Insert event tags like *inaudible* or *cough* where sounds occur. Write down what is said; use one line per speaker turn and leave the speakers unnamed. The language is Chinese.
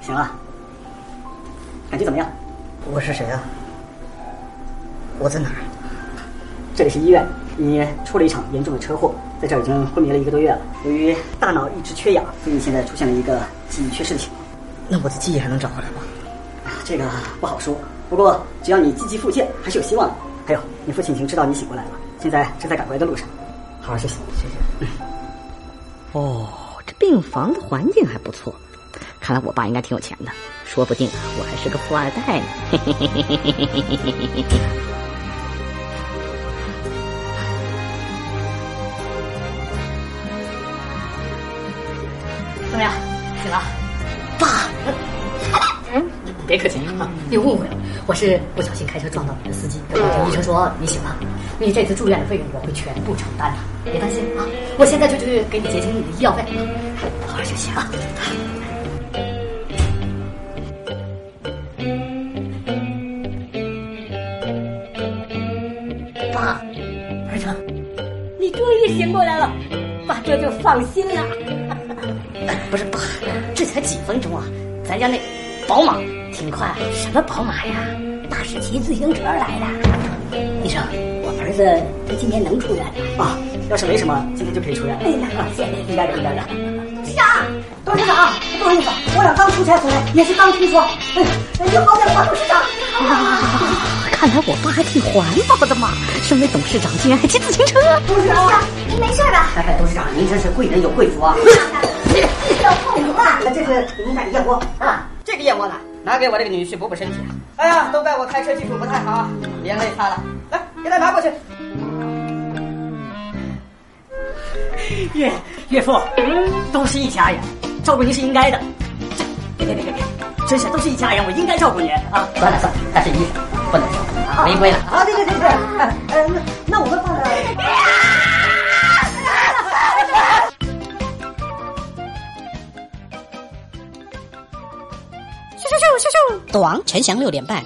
行啊，感觉怎么样？
我是谁啊？我在哪儿？
这里是医院，你出了一场严重的车祸，在这儿已经昏迷了一个多月了。由于大脑一直缺氧，所以你现在出现了一个记忆缺失的情况。
那我的记忆还能找回来吗？
啊，这个不好说。不过只要你积极复健，还是有希望的。还有，你父亲已经知道你醒过来了，现在正在赶回来的路上。好好休息。
谢谢。哦，这病房的环境还不错，看来我爸应该挺有钱的，说不定啊我还是个富二
*laughs*
代呢。嘿嘿嘿嘿嘿嘿嘿嘿嘿嘿嘿。
怎么样？醒了？
嗯
爸，别客气
嗯
啊，
你误会了，我是不小心开车撞到你的司机。医生说你醒了，你这次住院的费用我会全部承担的，别担心啊！我现在就去给你结清你的医药费，好好休息啊！爸，儿子，你终于醒过来了，爸这就放心了。
不是爸，这才几分钟啊！咱家那宝马挺快啊，
什么宝马呀？那是骑自行车来的。医生，我儿子他今天能出院吗？
啊，要是没什么，今天就可以出院了。
哎呀，谢谢
应该的，应该的。
董事长，董事长，我俩刚出差回来，也是刚听说。哎，你好点吧，董事长。
看来我爸还挺环保的嘛，身为董事长竟然还骑自行车。
董事长，您没事吧？
哎，董事长，您真是贵人有贵福啊！
要痛苦啊！
那这是您带的燕窝啊，这个燕窝呢，拿给我这个女婿补补身体。哎呀，都怪我开车技术不太好，连累他了。来，给他拿过去。岳岳父，都是一家人，照顾您是应该的。这别别别别别，真是都是一家人，我应该照顾您啊！
算了算了，他是医生，不能说违规了。
啊，对对对对，哎哎，那那我们办了。
抖王陈翔六点半，